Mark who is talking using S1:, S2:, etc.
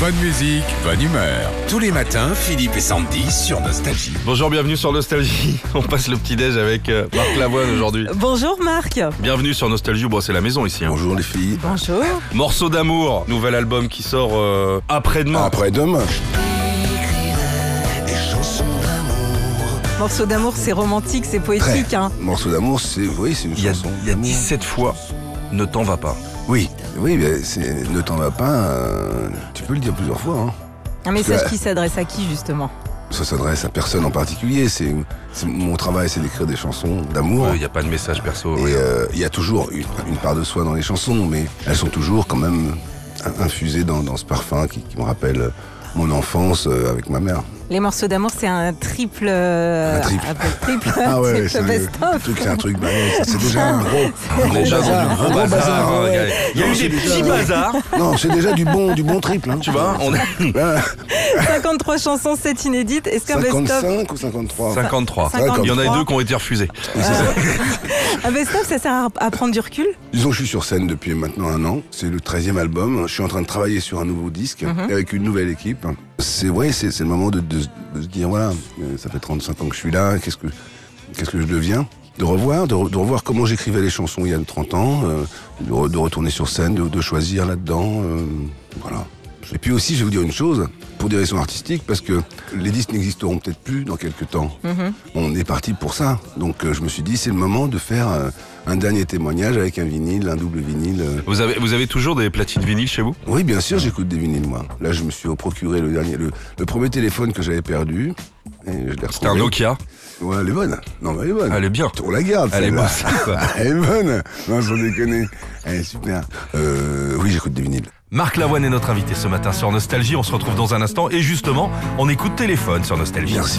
S1: Bonne musique, bonne humeur. Tous les matins, Philippe et Sandy sur Nostalgie.
S2: Bonjour, bienvenue sur Nostalgie. On passe le petit-déj avec euh, Marc Lavoine aujourd'hui.
S3: Bonjour Marc.
S2: Bienvenue sur Nostalgie, bon c'est la maison ici. hein.
S4: Bonjour les filles.
S3: Bonjour.
S2: Morceau d'amour, nouvel album qui sort euh, après-demain.
S4: Après demain.
S3: Morceau d'amour, c'est romantique, c'est poétique. Hein.
S4: Morceau d'amour, c'est oui, c'est une
S2: Il y a,
S4: chanson.
S2: il y a
S4: d'amour.
S2: 17 fois, ne t'en va pas.
S4: Oui, oui, mais c'est ne t'en va pas. euh, tu peux le dire plusieurs fois. hein.
S3: Un message
S4: Ouais.
S3: qui s'adresse à qui justement
S4: Ça s'adresse à personne en particulier. C'est c'est- mon travail, c'est d'écrire des chansons d'amour.
S2: Euh, Il n'y a pas de message perso.
S4: Et euh, il y a toujours une, une part de soi dans les chansons, mais elles sont toujours quand même in- infusées dans, dans ce parfum qui, qui me rappelle mon enfance euh, avec ma mère.
S3: Les morceaux d'amour, c'est un triple. euh,
S4: Un triple.
S3: peu- triple,
S4: Ah
S3: triple
S4: c'est un,
S3: best-of.
S4: truc- c'est un truc balèze. C'est déjà un gros, un gros
S2: Déjà dans
S4: bazar.
S2: du
S4: Un
S2: gros
S4: gros
S2: bazar.
S4: bazar,
S2: hein,
S4: ouais.
S2: gars. Il y a
S4: Non,
S2: eu des
S4: c'est déjà-
S2: petits bazars,
S4: Non, c'est déjà du bon, du bon triple. Hein.
S2: tu vois. On a
S3: 53 chansons, 7 inédites. Est-ce qu'un best-of
S4: 55 ou 53
S2: 53.
S3: 53.
S2: Il y en a eu deux qui ont été refusés.
S3: un best-of, ça sert à, à prendre du recul
S4: Disons, je suis sur scène depuis maintenant un an. C'est le 13e album. Je suis en train de travailler sur un nouveau disque avec une nouvelle équipe. C'est vrai, c'est c'est le moment de, de- de se dire voilà, euh, ça fait 35 ans que je suis là, qu'est-ce que, qu'est-ce que je deviens de revoir, de, re- de revoir comment j'écrivais les chansons il y a 30 ans, euh, de, re- de retourner sur scène, de, de choisir là-dedans, euh, voilà. Et puis aussi, je vais vous dire une chose, pour des raisons artistiques, parce que les disques n'existeront peut-être plus dans quelques temps. On est parti pour ça. Donc euh, je me suis dit, c'est le moment de faire euh, un dernier témoignage avec un vinyle, un double vinyle. euh.
S2: Vous avez, vous avez toujours des platines vinyles chez vous
S4: Oui, bien sûr, j'écoute des vinyles, moi. Là, je me suis procuré le dernier, le, le premier téléphone que j'avais perdu. et je l'ai
S2: C'était un
S4: retrouvé.
S2: Nokia.
S4: Ouais, elle est bonne. Non, mais elle est bonne.
S2: Elle est bien.
S4: On la garde.
S2: Elle est
S4: celle-là.
S2: bossée, quoi.
S4: elle est bonne. Non, je déconne. Elle est super. Euh, oui, j'écoute des vinyles.
S2: Marc Lavoine est notre invité ce matin sur Nostalgie. On se retrouve dans un instant. Et justement, on écoute téléphone sur Nostalgie.
S4: Merci.